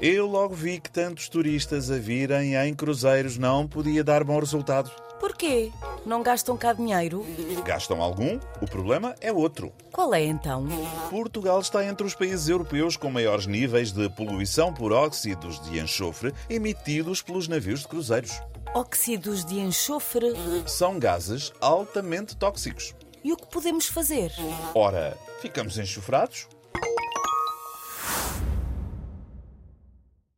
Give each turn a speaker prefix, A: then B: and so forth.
A: Eu logo vi que tantos turistas a virem em cruzeiros não podia dar bom resultado.
B: Porquê? Não gastam cá dinheiro?
A: Gastam algum, o problema é outro.
B: Qual é então?
A: Portugal está entre os países europeus com maiores níveis de poluição por óxidos de enxofre emitidos pelos navios de cruzeiros.
B: Óxidos de enxofre?
A: São gases altamente tóxicos.
B: E o que podemos fazer?
A: Ora, ficamos enxofrados